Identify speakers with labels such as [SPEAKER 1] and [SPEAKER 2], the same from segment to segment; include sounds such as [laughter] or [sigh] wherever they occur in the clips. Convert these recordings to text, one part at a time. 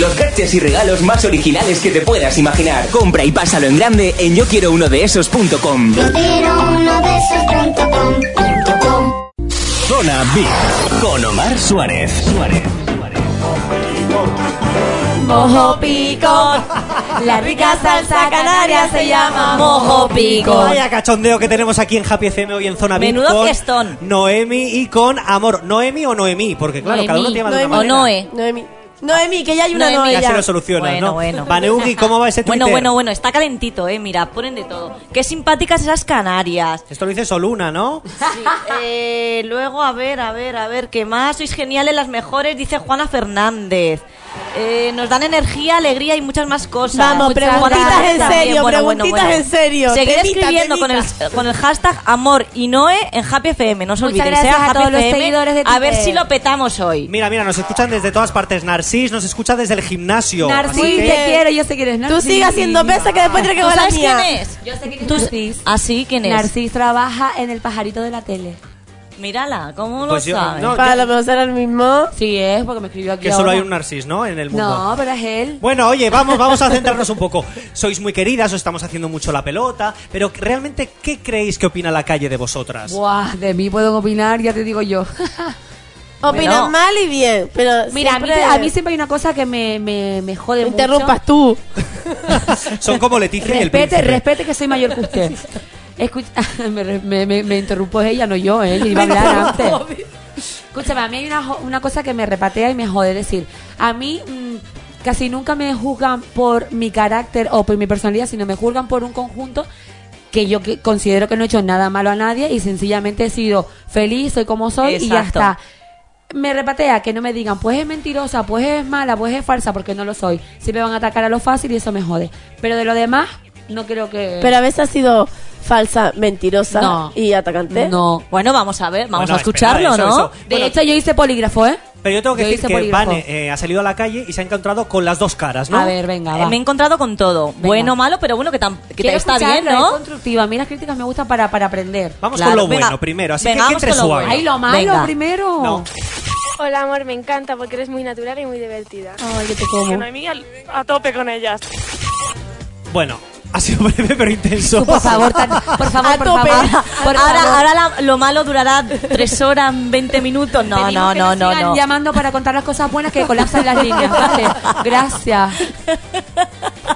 [SPEAKER 1] Juguetes y regalos más originales que te puedas imaginar. Compra y pásalo en grande en yo quiero uno de esos.com.
[SPEAKER 2] Yo quiero uno de esos punto com, punto com.
[SPEAKER 1] Zona VIP con Omar Suárez. Suárez.
[SPEAKER 3] Mojo pico. La rica salsa canaria se llama mojo pico.
[SPEAKER 4] Vaya cachondeo que tenemos aquí en Happy FM hoy en Zona VIP
[SPEAKER 3] Menudo
[SPEAKER 4] con
[SPEAKER 3] fiestón.
[SPEAKER 4] Noemi y con Amor. Noemi o Noemí, porque claro, cada uno te llama de una
[SPEAKER 3] o
[SPEAKER 4] manera.
[SPEAKER 3] Noé.
[SPEAKER 5] Noemi. Noemi, que ya hay una
[SPEAKER 3] Eh, Noemi.
[SPEAKER 5] Noemi.
[SPEAKER 3] Ya
[SPEAKER 4] Ya
[SPEAKER 3] Ella.
[SPEAKER 4] se lo solucionas,
[SPEAKER 3] Bueno,
[SPEAKER 4] ¿no?
[SPEAKER 3] bueno.
[SPEAKER 4] Vaneugi, ¿cómo va ese Twitter?
[SPEAKER 3] Bueno, bueno, bueno, está calentito, eh. Mira, ponen de todo. Qué simpáticas esas canarias.
[SPEAKER 4] Esto lo dice Soluna, ¿no?
[SPEAKER 3] Eh, luego, a ver, a ver, a ver, ¿qué más? Sois geniales, las mejores, dice Juana Fernández. Eh, nos dan energía, alegría y muchas más cosas.
[SPEAKER 5] Vamos,
[SPEAKER 3] Muchas
[SPEAKER 5] preguntitas
[SPEAKER 3] gracias
[SPEAKER 5] en
[SPEAKER 3] también.
[SPEAKER 5] serio, preguntitas en serio.
[SPEAKER 3] Seguid
[SPEAKER 5] Temita,
[SPEAKER 3] escribiendo Con,
[SPEAKER 5] temita.
[SPEAKER 3] el, con el hashtag amor y Noe en Happy FM. No os olvidéis,
[SPEAKER 6] gracias
[SPEAKER 3] ¿eh?
[SPEAKER 6] a
[SPEAKER 3] Happy
[SPEAKER 6] todos los
[SPEAKER 3] FM,
[SPEAKER 6] seguidores de
[SPEAKER 3] A ver
[SPEAKER 6] Twitter.
[SPEAKER 3] si lo petamos hoy.
[SPEAKER 4] Mira, mira, nos escuchan desde todas partes. Narcis nos escucha desde el gimnasio.
[SPEAKER 6] Narcis,
[SPEAKER 4] Así que-
[SPEAKER 6] te quiero, yo sé quién eres
[SPEAKER 5] Tú
[SPEAKER 6] Narcis.
[SPEAKER 5] sigue haciendo pesa que después tiene que
[SPEAKER 3] ¿Tú
[SPEAKER 5] ver la
[SPEAKER 3] sabes quién
[SPEAKER 5] mía.
[SPEAKER 3] es?
[SPEAKER 6] Yo sé quién es
[SPEAKER 3] ¿Tú-
[SPEAKER 6] Narcis.
[SPEAKER 3] ¿Ah, sí? ¿Quién es?
[SPEAKER 6] Narcis trabaja en el pajarito de la tele.
[SPEAKER 3] Mírala, ¿cómo
[SPEAKER 4] Pues
[SPEAKER 3] lo
[SPEAKER 4] yo-
[SPEAKER 3] sabes?
[SPEAKER 4] no,
[SPEAKER 5] Para lo mejor será el mismo.
[SPEAKER 6] Sí, es porque me escribió aquí.
[SPEAKER 4] que solo
[SPEAKER 6] ahora.
[SPEAKER 4] hay un Narcis, ¿no? En el mundo.
[SPEAKER 6] No, pero es él.
[SPEAKER 4] Bueno, oye, vamos, vamos a centrarnos un poco. Sois muy queridas, os estamos haciendo mucho la pelota, pero realmente, ¿qué creéis que opina la calle de vosotras?
[SPEAKER 6] Buah, de mí pueden opinar, ya te digo yo. [laughs]
[SPEAKER 5] Opinas
[SPEAKER 3] Bueno.
[SPEAKER 5] mal y bien, pero
[SPEAKER 6] Mira, a mí,
[SPEAKER 5] siempre-
[SPEAKER 6] a mí siempre hay una cosa que me, me, me jode
[SPEAKER 5] me
[SPEAKER 6] mucho.
[SPEAKER 5] interrumpas tú.
[SPEAKER 4] Son como Leticia y el
[SPEAKER 6] Respete,
[SPEAKER 4] príncipe.
[SPEAKER 6] respete que soy mayor
[SPEAKER 4] [laughs]
[SPEAKER 6] que usted. Escucha, [laughs] me, re- me, me- me interrumpo ella, no yo, ¿eh? Yo iba a hablar antes. Escúchame, a mí hay una, jo- una cosa que me repatea y me jode decir. A mí mm, casi nunca me juzgan por mi carácter o por mi personalidad, sino me juzgan por un conjunto que yo que- considero que no he hecho nada malo a nadie y sencillamente he sido feliz, soy como soy y ya
[SPEAKER 3] Exacto.
[SPEAKER 6] está. Me repatea que no me digan, pues es mentirosa, pues es mala, pues es falsa, porque no lo soy. Siempre van a atacar a lo fácil y eso me jode. Pero de lo demás, no creo que...
[SPEAKER 5] Pero a veces ha sido falsa, mentirosa
[SPEAKER 6] No.
[SPEAKER 5] y atacante.
[SPEAKER 6] no.
[SPEAKER 3] Bueno, vamos a ver, vamos
[SPEAKER 4] Bueno,
[SPEAKER 3] a escucharlo,
[SPEAKER 4] espera, eso,
[SPEAKER 3] ¿no?
[SPEAKER 4] eso.
[SPEAKER 6] De hecho, yo hice polígrafo, ¿eh?
[SPEAKER 4] Pero yo tengo que
[SPEAKER 6] Yo
[SPEAKER 4] decir
[SPEAKER 6] hice
[SPEAKER 4] que
[SPEAKER 6] polígrafo.
[SPEAKER 4] Van eh, ha salido a la calle y se ha encontrado con las dos caras, ¿no?
[SPEAKER 6] A ver, venga,
[SPEAKER 3] Eh,
[SPEAKER 6] va.
[SPEAKER 3] Me he encontrado con todo. Bueno, malo, pero bueno, que, tam- que
[SPEAKER 6] Quiero eh,
[SPEAKER 3] está
[SPEAKER 6] escucharla,
[SPEAKER 3] bien,
[SPEAKER 6] es
[SPEAKER 3] ¿no?
[SPEAKER 6] constructiva. A mí las críticas me gustan para, para aprender.
[SPEAKER 4] Vamos
[SPEAKER 3] Claro,
[SPEAKER 4] con lo
[SPEAKER 3] venga.
[SPEAKER 4] bueno primero, así que, que
[SPEAKER 3] Venga, vamos
[SPEAKER 4] entre
[SPEAKER 3] con lo
[SPEAKER 4] suave.
[SPEAKER 3] bueno.
[SPEAKER 6] Ay, lo malo
[SPEAKER 3] Venga.
[SPEAKER 6] primero.
[SPEAKER 4] No.
[SPEAKER 7] Hola, amor, me encanta porque eres muy natural y muy divertida.
[SPEAKER 6] Ay, yo te como.
[SPEAKER 7] Noemí Ah. a tope con ellas.
[SPEAKER 4] Bueno, ha sido breve pero intenso.
[SPEAKER 6] Por favor, tan- por favor,
[SPEAKER 5] A
[SPEAKER 6] por
[SPEAKER 5] tope.
[SPEAKER 3] [laughs]
[SPEAKER 6] favor. Por
[SPEAKER 3] ahora
[SPEAKER 6] favor.
[SPEAKER 3] ahora la- lo malo durará tres horas, 20 minutos. No,
[SPEAKER 6] Pedimos
[SPEAKER 3] no,
[SPEAKER 6] que
[SPEAKER 3] no,
[SPEAKER 6] nos
[SPEAKER 3] no,
[SPEAKER 6] sigan
[SPEAKER 3] no.
[SPEAKER 6] llamando para contar las cosas buenas que colapsan las líneas. ¿vale? Gracias.
[SPEAKER 4] [laughs]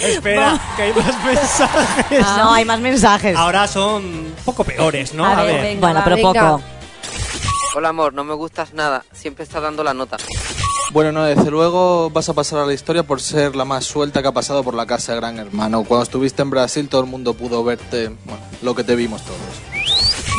[SPEAKER 4] Espera, que hay más mensajes.
[SPEAKER 3] No, hay más mensajes.
[SPEAKER 4] Ahora son un poco peores, ¿no?
[SPEAKER 6] Ah. A ver, venga.
[SPEAKER 3] bueno,
[SPEAKER 6] va,
[SPEAKER 3] pero
[SPEAKER 5] venga.
[SPEAKER 3] poco.
[SPEAKER 8] Hola amor, no me gustas nada, siempre estás dando la nota.
[SPEAKER 9] Bueno, no, desde luego vas a pasar a la historia por ser la más suelta que ha pasado por la casa de Gran Hermano. Cuando estuviste en Brasil todo el mundo pudo verte, bueno, lo que te vimos todos.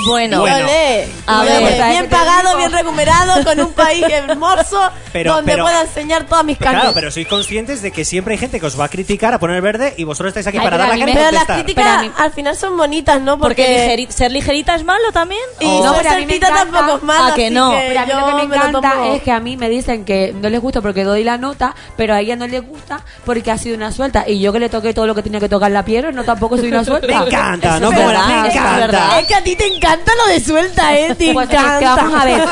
[SPEAKER 3] Bueno,
[SPEAKER 4] Bueno.
[SPEAKER 5] Olé.
[SPEAKER 3] A
[SPEAKER 5] Olé.
[SPEAKER 3] ver,
[SPEAKER 6] pues, ¿sabes qué
[SPEAKER 5] bien
[SPEAKER 6] te
[SPEAKER 5] pagado,
[SPEAKER 6] digo?
[SPEAKER 5] bien recuperado, con un
[SPEAKER 6] [laughs]
[SPEAKER 5] país hermoso
[SPEAKER 4] Pero-
[SPEAKER 5] donde
[SPEAKER 4] pero-
[SPEAKER 5] pueda enseñar todas mis
[SPEAKER 4] Pero
[SPEAKER 5] carnes.
[SPEAKER 4] Claro, pero sois conscientes de que siempre hay gente que os va a criticar, a poner verde y vosotros estáis aquí
[SPEAKER 6] Ay,
[SPEAKER 4] para
[SPEAKER 6] pero
[SPEAKER 4] dar
[SPEAKER 6] a
[SPEAKER 4] la cara
[SPEAKER 6] mí
[SPEAKER 4] y
[SPEAKER 6] me-
[SPEAKER 5] Pero las
[SPEAKER 4] contestar.
[SPEAKER 5] críticas
[SPEAKER 6] Pero a mí-
[SPEAKER 5] al final son bonitas, ¿no?
[SPEAKER 3] porque
[SPEAKER 5] Porque,
[SPEAKER 3] ligeri- ser ligerita es malo también.
[SPEAKER 5] y
[SPEAKER 3] ¿O?
[SPEAKER 6] No,
[SPEAKER 5] ser
[SPEAKER 6] pero a mí me
[SPEAKER 5] saltita
[SPEAKER 6] encanta-
[SPEAKER 5] tampoco es malo,
[SPEAKER 3] ¿A que
[SPEAKER 5] así
[SPEAKER 3] no?
[SPEAKER 5] que
[SPEAKER 6] Pero a mí
[SPEAKER 5] yo
[SPEAKER 6] lo que me
[SPEAKER 5] lo
[SPEAKER 6] encanta
[SPEAKER 5] tomo-
[SPEAKER 6] es que a mí me dicen que no les gusta porque doy la nota, pero a ella no le gusta porque ha sido una suelta. Y yo que le toqué todo lo que tenía que tocar la piedra, no tampoco soy una suelta.
[SPEAKER 4] Me encanta,
[SPEAKER 3] Eso
[SPEAKER 4] ¿no?
[SPEAKER 3] es
[SPEAKER 4] Como la-
[SPEAKER 3] verdad,
[SPEAKER 4] me
[SPEAKER 3] eso es
[SPEAKER 4] encanta.
[SPEAKER 3] verdad.
[SPEAKER 5] Es que a ti te encanta lo de suelta, ¿eh? Te
[SPEAKER 6] Pues es que
[SPEAKER 5] encanta. [laughs]
[SPEAKER 6] vamos a ver,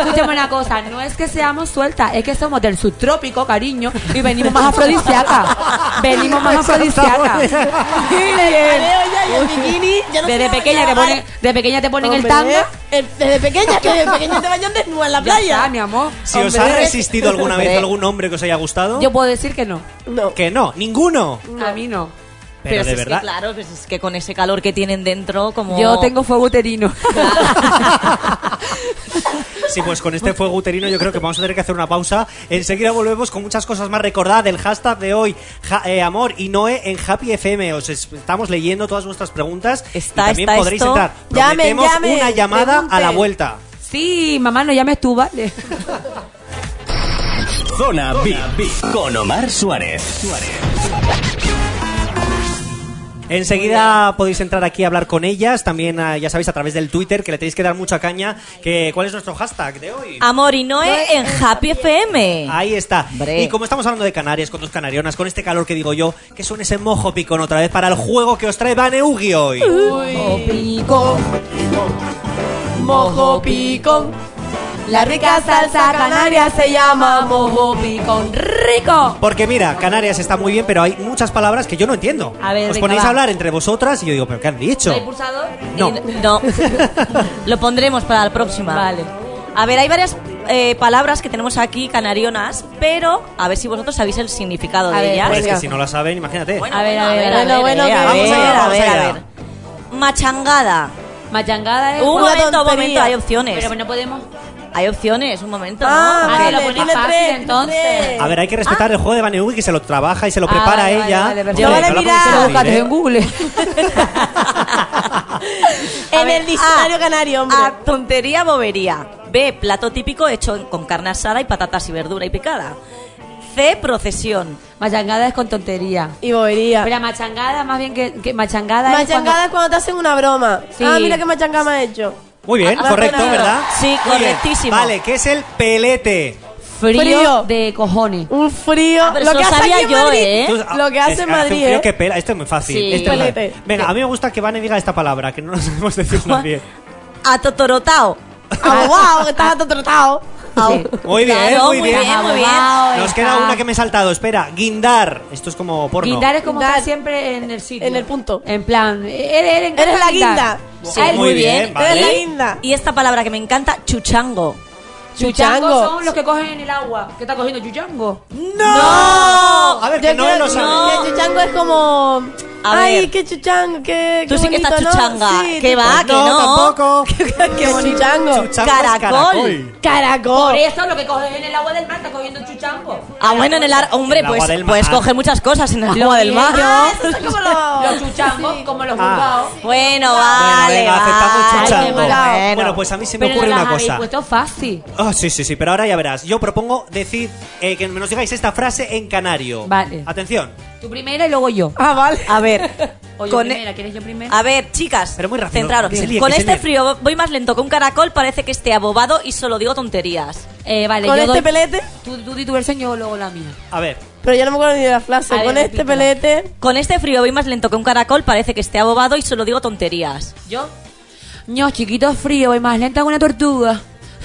[SPEAKER 6] escúchame una cosa, no es que seamos sueltas, es que somos del subtrópico, cariño, y venimos más afrodisíacas. Venimos más afrodisíacas.
[SPEAKER 5] [laughs] Leo ya y el bikini, ya no se
[SPEAKER 6] Desde
[SPEAKER 5] va a
[SPEAKER 6] pequeña te
[SPEAKER 5] bañar.
[SPEAKER 6] ponen, de pequeña te ponen el
[SPEAKER 5] Hombre,
[SPEAKER 6] tanga.
[SPEAKER 5] eh, Desde pequeña, que desde pequeña te bañan desnuda en la
[SPEAKER 6] Ya está,
[SPEAKER 5] playa.
[SPEAKER 6] mi amor.
[SPEAKER 4] Si os
[SPEAKER 5] Hombre.
[SPEAKER 4] ha resistido alguna vez
[SPEAKER 6] Hombre.
[SPEAKER 4] algún hombre que os haya gustado,
[SPEAKER 6] Yo puedo decir que no.
[SPEAKER 5] No.
[SPEAKER 4] que no, ninguno.
[SPEAKER 6] A mí no.
[SPEAKER 4] Pero,
[SPEAKER 3] si
[SPEAKER 4] de
[SPEAKER 3] es que,
[SPEAKER 4] verdad.
[SPEAKER 3] claro, pues es que con ese calor que tienen dentro, como.
[SPEAKER 6] Yo [laughs] tengo fuego uterino.
[SPEAKER 4] Sí, pues con este fuego uterino yo creo que vamos a tener que hacer una pausa. Enseguida volvemos con muchas cosas más recordadas del hashtag de hoy, ja- eh, Amor y Noé en Happy FM. Os es- estamos leyendo todas vuestras preguntas.
[SPEAKER 3] Está-
[SPEAKER 4] y también
[SPEAKER 3] está
[SPEAKER 4] podréis
[SPEAKER 3] esto.
[SPEAKER 4] entrar.
[SPEAKER 5] Llamen,
[SPEAKER 4] Prometemos
[SPEAKER 5] llamen,
[SPEAKER 4] una llamada a la
[SPEAKER 5] pregunten.
[SPEAKER 4] vuelta.
[SPEAKER 6] Sí, mamá, no llames tú, ¿vale?
[SPEAKER 1] Zona VIP con Omar Suárez.
[SPEAKER 4] Enseguida podéis entrar aquí a hablar con ellas. También, ah, ya sabéis, a través del Twitter, que le tenéis que dar mucha caña. Que, ¿Cuál es nuestro hashtag de hoy?
[SPEAKER 3] [laughs] Amor y Noé en Happy FM.
[SPEAKER 4] Ahí está.
[SPEAKER 3] Hombre.
[SPEAKER 4] Y como estamos hablando de Canarias, con tus canarionas, con este calor que digo yo, que suene ese mojo picón otra vez para el juego que os trae Baneugi hoy.
[SPEAKER 5] Mojo pico.
[SPEAKER 6] La rica salsa canaria se llama mojo picón rico.
[SPEAKER 4] Porque mira, Canarias está muy bien, pero hay muchas palabras que yo no entiendo.
[SPEAKER 6] A ver,
[SPEAKER 4] Os
[SPEAKER 6] venga,
[SPEAKER 4] ponéis
[SPEAKER 6] va.
[SPEAKER 4] a hablar entre vosotras y yo digo, ¿pero qué han dicho?
[SPEAKER 6] ¿Hay pulsador?
[SPEAKER 4] No.
[SPEAKER 3] Y- No. [laughs] Lo pondremos para la próxima.
[SPEAKER 6] Vale.
[SPEAKER 3] A ver, hay varias eh, palabras que tenemos aquí, canarionas, pero a ver si vosotros sabéis el significado
[SPEAKER 6] A
[SPEAKER 3] de
[SPEAKER 6] ver,
[SPEAKER 4] Pero
[SPEAKER 3] ellas.
[SPEAKER 4] es Pues que
[SPEAKER 6] venga.
[SPEAKER 4] si no la saben, imagínate.
[SPEAKER 3] Bueno,
[SPEAKER 6] A ver, a ver,
[SPEAKER 5] bueno, bueno, que-
[SPEAKER 3] a ver,
[SPEAKER 4] Vamos allá,
[SPEAKER 3] a
[SPEAKER 4] vamos
[SPEAKER 3] ver, a
[SPEAKER 4] allá.
[SPEAKER 3] ver. Machangada.
[SPEAKER 6] Machangada es.
[SPEAKER 3] Un
[SPEAKER 5] Una
[SPEAKER 3] momento, un
[SPEAKER 5] tontería.
[SPEAKER 3] momento, hay opciones.
[SPEAKER 6] Pero no podemos.
[SPEAKER 3] Hay opciones, un momento.
[SPEAKER 5] Ah,
[SPEAKER 3] ¿no?
[SPEAKER 6] Ah, que
[SPEAKER 5] vale,
[SPEAKER 6] lo pones
[SPEAKER 5] dile
[SPEAKER 6] fácil,
[SPEAKER 5] tres, dile
[SPEAKER 6] entonces.
[SPEAKER 5] tres.
[SPEAKER 4] A ver, hay que respetar el juego de Baneu que se lo trabaja y se lo
[SPEAKER 6] Ah,
[SPEAKER 4] prepara
[SPEAKER 6] vale, vale,
[SPEAKER 4] ella.
[SPEAKER 6] vale, perfecto.
[SPEAKER 4] Hombre,
[SPEAKER 5] Yo, vale,
[SPEAKER 4] no lo
[SPEAKER 5] mira.
[SPEAKER 4] podéis
[SPEAKER 5] Lo
[SPEAKER 4] decir,
[SPEAKER 6] Búscate
[SPEAKER 4] ¿eh?
[SPEAKER 6] en Google. [laughs]
[SPEAKER 5] En el diccionario
[SPEAKER 3] A,
[SPEAKER 5] canario, hombre.
[SPEAKER 3] A, tontería, bobería. B, plato típico hecho en- con carne asada y patatas y verdura y picada. C, procesión.
[SPEAKER 6] Machangada es con tontería.
[SPEAKER 5] Y bobería.
[SPEAKER 6] Mira, machangada más bien que, que machangada es
[SPEAKER 5] Machangada es cuando te hacen una broma.
[SPEAKER 6] Sí.
[SPEAKER 5] Ah, mira qué machangada me ha hecho.
[SPEAKER 4] Muy bien,
[SPEAKER 5] Ah,
[SPEAKER 4] correcto,
[SPEAKER 5] claro.
[SPEAKER 4] ¿verdad?
[SPEAKER 3] Sí,
[SPEAKER 4] Muy bien.
[SPEAKER 3] correctísimo.
[SPEAKER 4] Vale, ¿qué es el pelete?
[SPEAKER 6] cuando- frío,
[SPEAKER 5] Frío.
[SPEAKER 6] de cojones.
[SPEAKER 5] Un frío.
[SPEAKER 3] Ah, pero
[SPEAKER 5] lo
[SPEAKER 3] eso
[SPEAKER 5] que hace
[SPEAKER 3] sabía
[SPEAKER 5] aquí en
[SPEAKER 3] yo,
[SPEAKER 5] Madrid.
[SPEAKER 3] ¿eh?
[SPEAKER 4] Tú- ah,
[SPEAKER 5] Lo que
[SPEAKER 4] es-
[SPEAKER 5] hace en
[SPEAKER 4] hace un
[SPEAKER 5] Madrid,
[SPEAKER 4] frío
[SPEAKER 5] ¿eh?
[SPEAKER 4] que pela. Esto es muy fácil.
[SPEAKER 6] Sí.
[SPEAKER 4] esto es muy
[SPEAKER 5] Pelete.
[SPEAKER 4] fácil. Venga, a mí me gusta que Vane diga esta palabra, que no [laughs] nos hemos decirlo bien.
[SPEAKER 3] A totorotao.
[SPEAKER 5] Ah, wow, que estás atrotado.
[SPEAKER 6] Sí.
[SPEAKER 4] Muy bien,
[SPEAKER 6] Ah,
[SPEAKER 3] Claro,
[SPEAKER 4] muy bien.
[SPEAKER 3] muy bien.
[SPEAKER 6] Abobao,
[SPEAKER 4] Nos
[SPEAKER 6] está-
[SPEAKER 4] queda una que me he saltado. Espera, guindar. Esto es como porno.
[SPEAKER 6] Guindar es como
[SPEAKER 5] Guindar.
[SPEAKER 6] estar siempre en el sitio.
[SPEAKER 5] En el punto.
[SPEAKER 6] En plan, eres, eres,
[SPEAKER 5] Eres la guinda.
[SPEAKER 3] Sí,
[SPEAKER 4] Ah, Muy bien, vale.
[SPEAKER 5] Eres la guinda.
[SPEAKER 3] Y esta palabra que me encanta, chuchango.
[SPEAKER 6] Chuchangos
[SPEAKER 5] Chuchango.
[SPEAKER 6] son los que cogen en el agua. ¿Qué está cogiendo chuchango?
[SPEAKER 4] ¡No! A ver,
[SPEAKER 5] Yo
[SPEAKER 4] que no
[SPEAKER 5] creo-
[SPEAKER 4] lo sabe.
[SPEAKER 5] que chuchango es como.
[SPEAKER 3] A
[SPEAKER 5] Ay,
[SPEAKER 3] ver.
[SPEAKER 5] qué chuchango, qué.
[SPEAKER 3] Tú
[SPEAKER 5] qué
[SPEAKER 3] sí que estás
[SPEAKER 5] bonito, ¿no?
[SPEAKER 3] chuchanga.
[SPEAKER 5] Sí,
[SPEAKER 3] ¿Qué
[SPEAKER 5] tú-
[SPEAKER 4] Ah,
[SPEAKER 3] va? que no.
[SPEAKER 4] tampoco.
[SPEAKER 5] [laughs] qué bonito. Chuchango.
[SPEAKER 4] Chuchango es
[SPEAKER 3] Caracol.
[SPEAKER 5] Caracol.
[SPEAKER 6] Por eso lo que coges en el agua del mar está cogiendo chuchango.
[SPEAKER 3] Ah, bueno, en el ar... Hombre,
[SPEAKER 4] El agua
[SPEAKER 3] pues
[SPEAKER 4] del
[SPEAKER 3] puedes
[SPEAKER 4] mar.
[SPEAKER 3] coger muchas cosas en el agua del mar.
[SPEAKER 5] Ah, esos son como los-
[SPEAKER 6] [laughs] Los chuchangos, como los
[SPEAKER 4] Ah.
[SPEAKER 6] juzgados.
[SPEAKER 3] Bueno,
[SPEAKER 4] Bueno,
[SPEAKER 3] vale,
[SPEAKER 4] venga, aceptamos
[SPEAKER 3] vale.
[SPEAKER 4] chuchango.
[SPEAKER 3] Bueno.
[SPEAKER 4] Bueno. pues a mí se me ocurre una cosa.
[SPEAKER 6] puesto fácil.
[SPEAKER 4] Ah, sí, sí, sí, pero ahora ya verás. Yo propongo decir eh, que nos digáis esta frase en canario.
[SPEAKER 6] Vale.
[SPEAKER 4] Atención,
[SPEAKER 6] Tú primera y luego yo.
[SPEAKER 5] Ah, vale.
[SPEAKER 3] A
[SPEAKER 6] [laughs]
[SPEAKER 3] ver,
[SPEAKER 6] O yo
[SPEAKER 3] con-
[SPEAKER 5] e-
[SPEAKER 6] primera, ¿eh? ¿quieres yo primero?
[SPEAKER 3] a ver, chicas,
[SPEAKER 4] Pero muy rápido,
[SPEAKER 3] centraros.
[SPEAKER 4] que se líe,
[SPEAKER 3] con
[SPEAKER 4] que se
[SPEAKER 3] este
[SPEAKER 4] líe.
[SPEAKER 3] frío voy más lento que un caracol, parece que esté abobado y solo digo tonterías.
[SPEAKER 6] Eh, vale,
[SPEAKER 5] Con
[SPEAKER 6] yo
[SPEAKER 5] este
[SPEAKER 6] doy-
[SPEAKER 5] pelete.
[SPEAKER 6] Tú, tú di tu versión, yo luego la mía.
[SPEAKER 4] a ver.
[SPEAKER 5] Pero yo no me acuerdo ni de la frase.
[SPEAKER 6] A ver,
[SPEAKER 5] Con este
[SPEAKER 6] repítelo.
[SPEAKER 5] pelete.
[SPEAKER 3] Con este frío voy más lento que un caracol, parece que esté abobado y solo digo tonterías.
[SPEAKER 6] ¿Yo? No, chiquito frío, voy más lenta que una tortuga.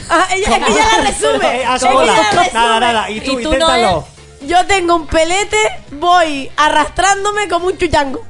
[SPEAKER 5] Ah, ella, es que ella la resume.
[SPEAKER 4] [laughs] Eh,
[SPEAKER 5] Es que
[SPEAKER 4] Asobola.
[SPEAKER 5] ella la resume.
[SPEAKER 4] Nada, nada. Y
[SPEAKER 3] Y
[SPEAKER 4] tú,
[SPEAKER 3] tú no
[SPEAKER 4] inténtalo.
[SPEAKER 3] eres-
[SPEAKER 5] Yo tengo un pelete, voy arrastrándome como un chuchango.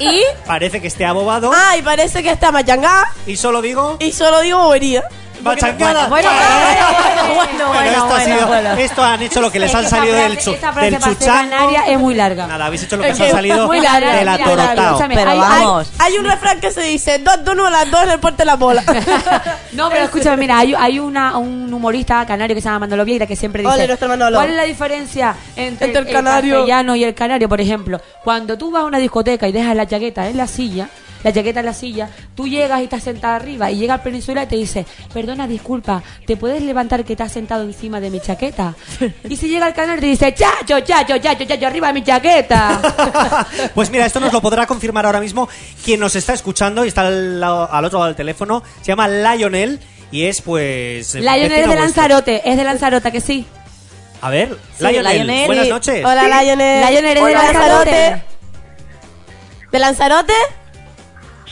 [SPEAKER 3] Y
[SPEAKER 4] Parece que esté abobado.
[SPEAKER 5] Ay, parece que está machangada
[SPEAKER 4] Y solo digo.
[SPEAKER 5] Ah. y solo digo bobería.
[SPEAKER 4] ¡Machangada!
[SPEAKER 6] Bueno, bueno, bueno,
[SPEAKER 4] Bueno,
[SPEAKER 6] bueno,
[SPEAKER 4] esto, ha
[SPEAKER 6] bueno,
[SPEAKER 4] sido-
[SPEAKER 6] bueno.
[SPEAKER 4] esto han hecho lo que les han salido del, chu,
[SPEAKER 6] Esta frase
[SPEAKER 4] del
[SPEAKER 6] para ser
[SPEAKER 4] chuchango.
[SPEAKER 6] canaria es muy larga.
[SPEAKER 4] Nada, habéis hecho lo que
[SPEAKER 5] Es
[SPEAKER 4] os ha
[SPEAKER 5] que
[SPEAKER 4] salido
[SPEAKER 6] muy larga,
[SPEAKER 4] del
[SPEAKER 6] mira,
[SPEAKER 4] atorotao.
[SPEAKER 6] escúchame,
[SPEAKER 3] Pero
[SPEAKER 6] hay-
[SPEAKER 3] vamos.
[SPEAKER 5] Hay un refrán que se dice, dos dos, uno, las dos, en el porte la bola.
[SPEAKER 6] [laughs] No, pero escúchame, mira, hay, hay una, un humorista canario que se llama Manolo Vieira que siempre dice,
[SPEAKER 5] Ole, nuestro Manolo.
[SPEAKER 6] ¿cuál es la diferencia entre,
[SPEAKER 5] Entre el canario.
[SPEAKER 6] castellano y el canario? Por ejemplo, cuando tú vas a una discoteca y dejas la chaqueta en la silla, la chaqueta en la silla, tú llegas y estás sentada arriba y llega al península y te dice, perdona, disculpa, ¿te puedes levantar que estás sentado encima de mi chaqueta? Y si llega al canario y te dice, chacho, chacho, chacho, chacho, arriba de mi chaqueta.
[SPEAKER 4] [laughs] Pues mira, esto nos lo podrá confirmar ahora mismo quien nos está escuchando y está al, lado- al otro lado del teléfono. Se llama Lionel y es pues. eh,
[SPEAKER 6] Lionel es
[SPEAKER 4] vecino
[SPEAKER 6] de
[SPEAKER 4] vuestro.
[SPEAKER 6] Lanzarote, es de Lanzarote, que sí.
[SPEAKER 4] A ver,
[SPEAKER 3] Sí,
[SPEAKER 4] Lionel,
[SPEAKER 3] Lionel,
[SPEAKER 4] buenas
[SPEAKER 3] sí.
[SPEAKER 4] noches.
[SPEAKER 5] Hola, Lionel.
[SPEAKER 6] Lionel, ¿eres
[SPEAKER 5] Hola,
[SPEAKER 6] de Lanzarote?
[SPEAKER 5] ¿De Lanzarote?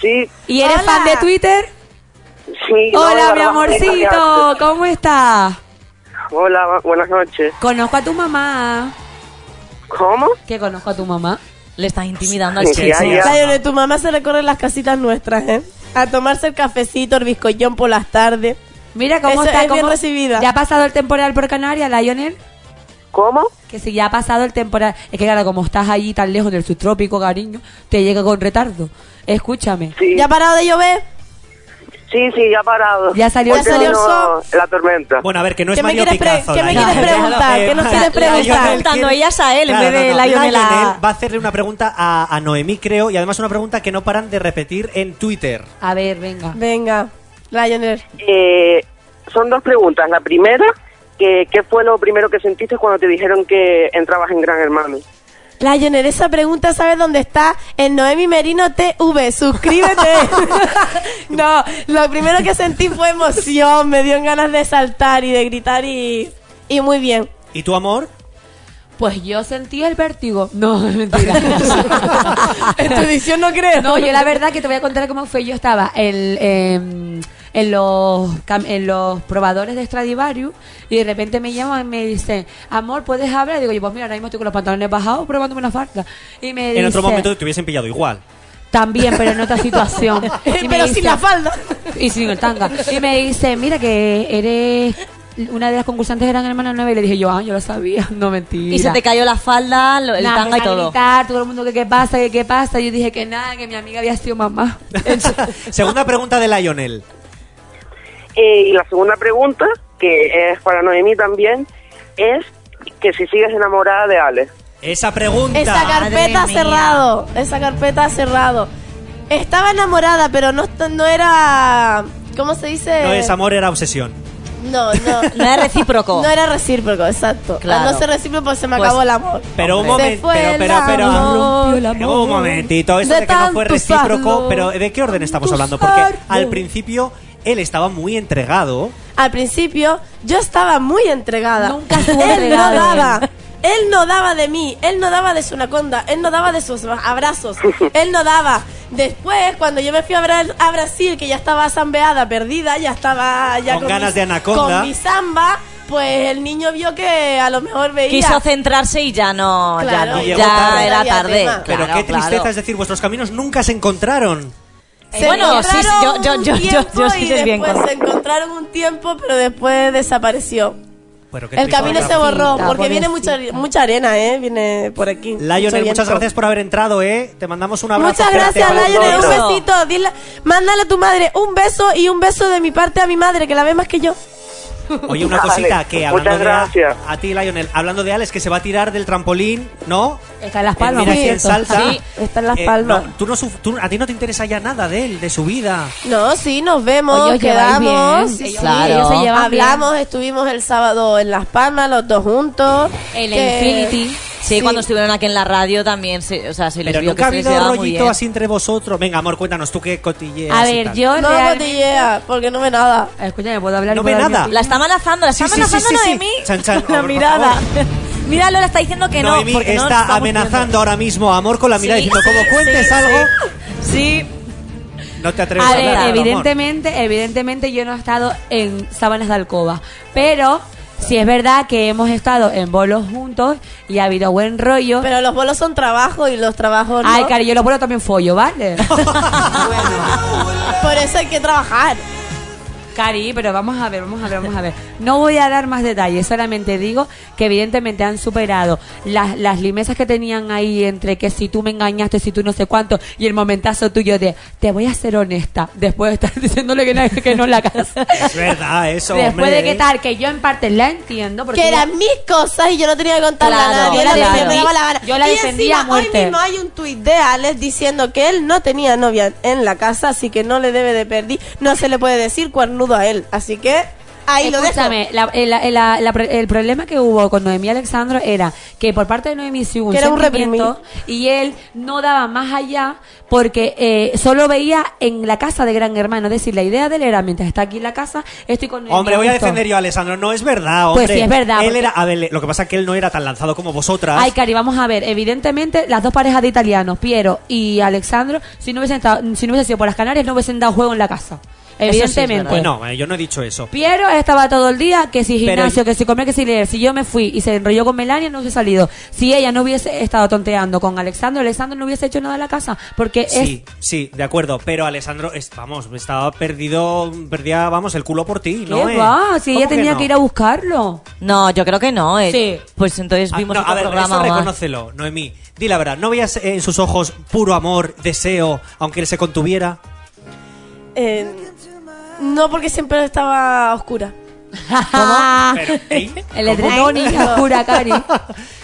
[SPEAKER 10] Sí,
[SPEAKER 6] ¿Y eres
[SPEAKER 5] Hola.
[SPEAKER 6] fan de Twitter?
[SPEAKER 10] sí. no,
[SPEAKER 6] Hola,
[SPEAKER 10] de
[SPEAKER 6] mi
[SPEAKER 10] verdad,
[SPEAKER 6] amorcito,
[SPEAKER 10] gracias.
[SPEAKER 6] ¿cómo estás?
[SPEAKER 10] Hola, bu- buenas noches.
[SPEAKER 6] Conozco a tu mamá.
[SPEAKER 10] ¿Cómo?
[SPEAKER 6] ¿Qué conozco a tu mamá?
[SPEAKER 3] le estás
[SPEAKER 4] [laughs]
[SPEAKER 3] intimidando al
[SPEAKER 10] Sí,
[SPEAKER 3] chico.
[SPEAKER 10] ya, ya.
[SPEAKER 5] Lionel, tu mamá se recorre las casitas nuestras, ¿eh? A tomarse el cafecito, el bizcochón por las tardes.
[SPEAKER 6] Mira cómo
[SPEAKER 5] Eso
[SPEAKER 6] está.
[SPEAKER 5] es bien
[SPEAKER 6] cómo-
[SPEAKER 5] recibida.
[SPEAKER 6] ¿Ya ha pasado el temporal por Canarias, Lionel?
[SPEAKER 10] ¿Cómo?
[SPEAKER 6] Que si ya ha pasado el temporal. Es que claro, como estás allí tan lejos del subtrópico, cariño, te llega con retardo. Escúchame.
[SPEAKER 10] Sí,
[SPEAKER 5] ¿Ya ha parado de llover?
[SPEAKER 10] sí, sí, ya ha parado.
[SPEAKER 6] Ya salió
[SPEAKER 5] el
[SPEAKER 10] Porque
[SPEAKER 5] sol.
[SPEAKER 10] vino La tormenta.
[SPEAKER 4] Bueno, a ver, que no es
[SPEAKER 5] ¿Qué me
[SPEAKER 4] Mario
[SPEAKER 5] quieres pre-
[SPEAKER 4] Picasso.
[SPEAKER 5] qué me
[SPEAKER 4] Lionel.
[SPEAKER 5] quieres
[SPEAKER 4] [laughs]
[SPEAKER 5] preguntar?
[SPEAKER 4] Eh,
[SPEAKER 5] ¿Qué nos
[SPEAKER 4] Ma-
[SPEAKER 5] quieres
[SPEAKER 4] Lionel
[SPEAKER 5] preguntar?
[SPEAKER 4] quiere-
[SPEAKER 3] Preguntando ellas a él en vez de Lionel a-
[SPEAKER 4] Lionel va a hacerle una pregunta a, a Noemí, creo, y además una pregunta que no paran de repetir en Twitter.
[SPEAKER 6] A ver, venga.
[SPEAKER 5] Venga, Lionel.
[SPEAKER 10] Eh, son dos preguntas. La primera, que, ¿qué fue lo primero que sentiste cuando te dijeron que entrabas en Gran Hermano?
[SPEAKER 5] Lionel, esa pregunta sabes dónde está en Noemi Merino TV. Suscríbete.
[SPEAKER 3] [laughs]
[SPEAKER 5] no, lo primero que sentí fue emoción. Me dio ganas de saltar y de gritar y, y muy
[SPEAKER 3] [laughs]
[SPEAKER 5] bien.
[SPEAKER 4] ¿Y tu amor?
[SPEAKER 6] Pues yo sentí el vértigo. No, [laughs] es mentira.
[SPEAKER 5] en tu edición no creo. [laughs]
[SPEAKER 6] No, yo la verdad que te voy a contar cómo fue. Yo estaba en, eh, en los, cam- en los probadores de Stradivarius y de repente me llaman y me dicen, amor, ¿puedes hablar? Y digo, yo, pues mira, ahora mismo estoy con los pantalones bajados probándome una falda. Y me
[SPEAKER 4] En otro
[SPEAKER 6] dice,
[SPEAKER 4] momento te hubiesen pillado igual.
[SPEAKER 6] También, pero en otra situación. Y me
[SPEAKER 5] Eh, Pero sin
[SPEAKER 6] dice-
[SPEAKER 5] la falda.
[SPEAKER 6] Y sin el tanga. Y me dice, mira que eres una de las concursantes de Gran Hermano 9. Y le dije yo, ah, yo lo sabía. [laughs] No, mentira.
[SPEAKER 3] Y se te cayó la falda, lo- el
[SPEAKER 6] Nada,
[SPEAKER 3] tanga y
[SPEAKER 6] empezaron a
[SPEAKER 3] todo.
[SPEAKER 6] gritar, todo el mundo que qué pasa, que qué pasa. Yo dije que nada, que mi amiga había sido mamá.
[SPEAKER 4] Segunda pregunta de Lionel.
[SPEAKER 10] Eh, y la segunda pregunta, que es para Noemí también, es que si sigues enamorada de Alex.
[SPEAKER 4] Esa pregunta.
[SPEAKER 5] Esa carpeta
[SPEAKER 3] mía.
[SPEAKER 5] cerrado. Esa carpeta cerrado. Estaba enamorada, pero no, est- no era. ¿Cómo se dice?
[SPEAKER 4] No es amor, era obsesión.
[SPEAKER 5] No, no.
[SPEAKER 3] [laughs] No era recíproco.
[SPEAKER 5] No era recíproco, exacto.
[SPEAKER 3] Claro.
[SPEAKER 5] Al no ser recíproco se me
[SPEAKER 3] Pues-
[SPEAKER 5] acabó el amor.
[SPEAKER 4] Pero un
[SPEAKER 5] Se
[SPEAKER 4] momento,
[SPEAKER 5] fue
[SPEAKER 4] pero, pero,
[SPEAKER 5] el
[SPEAKER 4] pero,
[SPEAKER 5] amor.
[SPEAKER 4] pero un momentito, eso
[SPEAKER 5] De
[SPEAKER 4] de que no fue
[SPEAKER 5] tanto
[SPEAKER 4] recíproco,
[SPEAKER 5] usarlo,
[SPEAKER 4] pero ¿de qué orden estamos
[SPEAKER 5] tanto
[SPEAKER 4] hablando? Porque al
[SPEAKER 5] usarlo.
[SPEAKER 4] principio él estaba muy entregado.
[SPEAKER 5] Al principio yo estaba muy entregada.
[SPEAKER 6] Nunca estuvo
[SPEAKER 5] Él
[SPEAKER 6] entregado.
[SPEAKER 5] no daba. Él no daba de mí, él no daba de su anaconda, él no daba de sus
[SPEAKER 4] [laughs]
[SPEAKER 5] abrazos, él no daba. Después, cuando yo me fui a, Bra- a Brasil, que ya estaba zambeada, perdida, ya estaba ya
[SPEAKER 4] Con ganas de anaconda.
[SPEAKER 5] Con mi samba, pues el niño vio que a lo mejor veía.
[SPEAKER 3] Quiso centrarse y ya no,
[SPEAKER 5] Claro,
[SPEAKER 3] ya, no,
[SPEAKER 4] y llegó
[SPEAKER 3] ya
[SPEAKER 4] tarde.
[SPEAKER 3] era
[SPEAKER 5] Había
[SPEAKER 3] tarde.
[SPEAKER 5] tema.
[SPEAKER 4] Pero
[SPEAKER 3] Claro,
[SPEAKER 4] qué tristeza,
[SPEAKER 3] claro.
[SPEAKER 4] es decir, vuestros caminos nunca se encontraron.
[SPEAKER 5] Se
[SPEAKER 3] Bueno, sí, sí, yo-
[SPEAKER 5] encontraron
[SPEAKER 3] yo-
[SPEAKER 5] un
[SPEAKER 3] yo- yo- yo
[SPEAKER 5] tiempo
[SPEAKER 3] sí
[SPEAKER 5] y
[SPEAKER 3] soy bien
[SPEAKER 5] después
[SPEAKER 3] con-
[SPEAKER 5] se encontraron un tiempo, pero después desapareció.
[SPEAKER 4] Pero qué
[SPEAKER 5] El
[SPEAKER 4] tristeza.
[SPEAKER 5] camino se borró
[SPEAKER 6] Pobrecita,
[SPEAKER 5] porque viene mucha,
[SPEAKER 6] pobrecita.
[SPEAKER 5] mucha arena, ¿eh? Viene por aquí. mucho
[SPEAKER 4] Lionel,
[SPEAKER 5] viento.
[SPEAKER 4] muchas gracias por haber entrado, ¿eh? Te mandamos un abrazo.
[SPEAKER 5] Muchas
[SPEAKER 4] fuerte.
[SPEAKER 5] gracias, Lionel. Un
[SPEAKER 3] abrazo.
[SPEAKER 5] besito. Dile, mándale a tu madre un beso y un beso de mi parte a mi madre, que la ve más que yo.
[SPEAKER 4] Oye, una
[SPEAKER 10] Vale,
[SPEAKER 4] cosita que
[SPEAKER 10] muchas
[SPEAKER 4] hablando de
[SPEAKER 10] gracias.
[SPEAKER 4] a, a ti, Lionel, hablando de Alex que se va a tirar del trampolín, ¿no?
[SPEAKER 6] Está en Las
[SPEAKER 4] Eh,
[SPEAKER 6] Palmas,
[SPEAKER 4] mira
[SPEAKER 6] por
[SPEAKER 4] quién
[SPEAKER 6] cierto.
[SPEAKER 4] salta.
[SPEAKER 6] Sí,
[SPEAKER 5] está en Las
[SPEAKER 4] Eh,
[SPEAKER 5] Palmas.
[SPEAKER 4] no, tú no su- tú- a ti no te interesa ya nada de él, de su vida.
[SPEAKER 5] No, sí, nos vemos,
[SPEAKER 6] Oye, os lleváis
[SPEAKER 5] quedamos.
[SPEAKER 6] bien.
[SPEAKER 5] sí, sí,
[SPEAKER 3] Claro.
[SPEAKER 5] ellos se llevan
[SPEAKER 6] bien.
[SPEAKER 5] Hablamos, estuvimos el sábado en Las Palmas, los dos juntos.
[SPEAKER 6] En
[SPEAKER 5] que-
[SPEAKER 6] Infinity.
[SPEAKER 3] Sí, cuando estuvieron aquí en la radio también, se, o sea, se les
[SPEAKER 4] Pero
[SPEAKER 3] vio que
[SPEAKER 4] nunca ha
[SPEAKER 3] se les
[SPEAKER 4] habido
[SPEAKER 3] llevaba muy
[SPEAKER 4] rollito
[SPEAKER 3] bien.
[SPEAKER 4] así entre vosotros. Venga, amor, cuéntanos tú qué cotilleas.
[SPEAKER 6] A
[SPEAKER 4] y
[SPEAKER 6] ver,
[SPEAKER 4] tal.
[SPEAKER 6] yo
[SPEAKER 5] No
[SPEAKER 6] realmente...
[SPEAKER 5] cotillea, porque no ve nada.
[SPEAKER 6] Escúchame, ¿puedo hablar?
[SPEAKER 4] No
[SPEAKER 6] ¿Puedo
[SPEAKER 4] ve
[SPEAKER 6] hablar?
[SPEAKER 4] nada.
[SPEAKER 3] La está amenazando, la está
[SPEAKER 4] Sí, sí, sí,
[SPEAKER 3] amenazando
[SPEAKER 4] sí, sí.
[SPEAKER 3] de mí.
[SPEAKER 4] Chan, chan,
[SPEAKER 3] [laughs] la
[SPEAKER 4] por
[SPEAKER 3] mirada.
[SPEAKER 4] favor.
[SPEAKER 3] Míralo, le está diciendo que no.
[SPEAKER 4] Noemí
[SPEAKER 3] porque no
[SPEAKER 4] está
[SPEAKER 3] estamos
[SPEAKER 4] amenazando
[SPEAKER 3] [laughs] viendo.
[SPEAKER 4] ahora mismo a Amor con la mirada
[SPEAKER 3] Sí,
[SPEAKER 4] diciendo, como
[SPEAKER 3] sí,
[SPEAKER 4] cuentes
[SPEAKER 3] sí,
[SPEAKER 4] algo,
[SPEAKER 3] Sí,
[SPEAKER 4] no te atreves a,
[SPEAKER 6] A ver,
[SPEAKER 4] hablar. amor.
[SPEAKER 6] evidentemente, evidentemente yo no he estado en sábanas de alcoba, pero sí es verdad que hemos estado en bolos juntos y ha habido buen rollo.
[SPEAKER 5] Pero los bolos son trabajo y los trabajos.
[SPEAKER 6] Ay,
[SPEAKER 5] no.
[SPEAKER 6] cari, yo los bolos también follo, ¿vale?
[SPEAKER 4] [laughs]
[SPEAKER 5] Por eso hay que trabajar.
[SPEAKER 6] Cari, pero vamos a ver, vamos a ver, vamos a ver. No voy a dar más detalles, solamente digo que evidentemente han superado las, las limesas que tenían ahí entre que si tú me engañaste, si tú no sé cuánto, y el momentazo tuyo de te voy a ser honesta, después de estar [laughs] diciéndole que no, que no en la casa.
[SPEAKER 4] Es verdad, eso,
[SPEAKER 6] Después
[SPEAKER 4] hombre. ¿eh?
[SPEAKER 6] de que tal, que yo en parte la entiendo, porque
[SPEAKER 5] que eran mis cosas y yo no tenía que contarle
[SPEAKER 3] Claro,
[SPEAKER 5] a nadie. Era
[SPEAKER 3] claro.
[SPEAKER 5] lo que me daba la gana.
[SPEAKER 6] Yo la
[SPEAKER 5] y
[SPEAKER 6] defendí
[SPEAKER 5] encima,
[SPEAKER 6] a muerte.
[SPEAKER 5] Hoy mismo hay un tuit de Alex diciendo que él no tenía novia en la casa, así que no le debe de perder, no se le puede decir cuernudo a él. Así que ahí
[SPEAKER 6] Escúchame, la- eh, la- eh, la- la pro- el problema que hubo con Noemí Alexandro era que por parte de Noemí sí hubo un
[SPEAKER 5] Que era un
[SPEAKER 6] sentimiento y él no daba más allá porque eh, solo veía en la casa de Gran Hermano. Es decir, la idea de él era, mientras está aquí en la casa, estoy con Noemí.
[SPEAKER 4] Hombre, voy a
[SPEAKER 6] gusto.
[SPEAKER 4] defender yo a Alessandro. No es verdad, hombre.
[SPEAKER 6] Pues sí, es verdad,
[SPEAKER 4] Él
[SPEAKER 6] porque-
[SPEAKER 4] era, a ver, lo que pasa es que él no era tan lanzado como vosotras.
[SPEAKER 6] Ay, Cari, vamos a ver. Evidentemente, las dos parejas de italianos, Piero y Alexandro, si no hubiesen, estado- si no hubiese sido por las Canarias, no hubiesen dado juego en la casa.
[SPEAKER 3] Eso sí es
[SPEAKER 6] Evidentemente.
[SPEAKER 3] verdad.
[SPEAKER 4] Bueno, eh, yo no he dicho eso.
[SPEAKER 6] Piero estaba todo el día, que si
[SPEAKER 4] Pero-
[SPEAKER 6] gimnasio, que si comer, que si leer. Si yo me fui y se enrolló con Melania, no hubiese salido. Si ella no hubiese estado tonteando con Alexandro, Alexandro no hubiese hecho nada en la casa. Porque
[SPEAKER 4] Sí, sí, de acuerdo. Pero Alessandro, es- vamos, estaba perdido, perdía, vamos, el culo por ti,
[SPEAKER 6] es...
[SPEAKER 4] ¿no?
[SPEAKER 6] ¿Qué
[SPEAKER 4] eh?
[SPEAKER 6] va? Si
[SPEAKER 4] ¿Cómo
[SPEAKER 6] ella tenía
[SPEAKER 4] no?
[SPEAKER 6] que ir a buscarlo.
[SPEAKER 3] no, yo creo que no. eh.
[SPEAKER 6] Sí.
[SPEAKER 3] Pues entonces
[SPEAKER 4] Ah,
[SPEAKER 3] vimos
[SPEAKER 4] no,
[SPEAKER 3] otro
[SPEAKER 4] a ver,
[SPEAKER 3] programa
[SPEAKER 4] eso
[SPEAKER 3] más.
[SPEAKER 4] reconócelo, Noemí. Di la verdad, ¿no veías eh, en sus ojos puro amor, deseo, aunque él se contuviera?
[SPEAKER 5] Eh, no porque siempre estaba oscura.
[SPEAKER 3] Ah.
[SPEAKER 4] Pero, [laughs] ¿eh?
[SPEAKER 6] El edredón y la oscura,
[SPEAKER 4] [laughs]
[SPEAKER 6] Cari.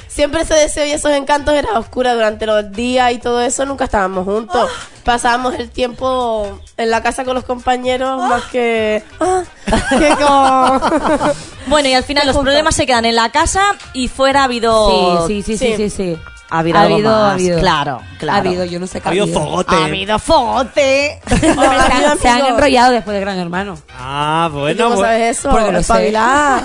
[SPEAKER 5] Siempre ese deseo y esos encantos eran oscura durante los días y todo eso, nunca estábamos juntos.
[SPEAKER 6] Ah.
[SPEAKER 5] Pasábamos el tiempo en la casa con los compañeros más que,
[SPEAKER 6] [laughs]
[SPEAKER 5] ah, que con...
[SPEAKER 3] Bueno, y al final los problemas se quedan en la casa y fuera ha habido.
[SPEAKER 6] Sí, sí, sí, sí, sí. sí.
[SPEAKER 3] Ha habido algo más. Claro, claro.
[SPEAKER 6] Ha habido, yo no sé qué
[SPEAKER 4] Ha habido fogote.
[SPEAKER 3] [laughs] fogote.
[SPEAKER 6] Hombre,
[SPEAKER 5] [laughs]
[SPEAKER 6] se, han, se han
[SPEAKER 5] Amigos.
[SPEAKER 6] enrollado después de Gran Hermano.
[SPEAKER 4] Ah,
[SPEAKER 5] ¿Y ¿Cómo
[SPEAKER 4] bueno, bu-
[SPEAKER 5] sabes eso?
[SPEAKER 6] porque lo sé.
[SPEAKER 5] Espabilá.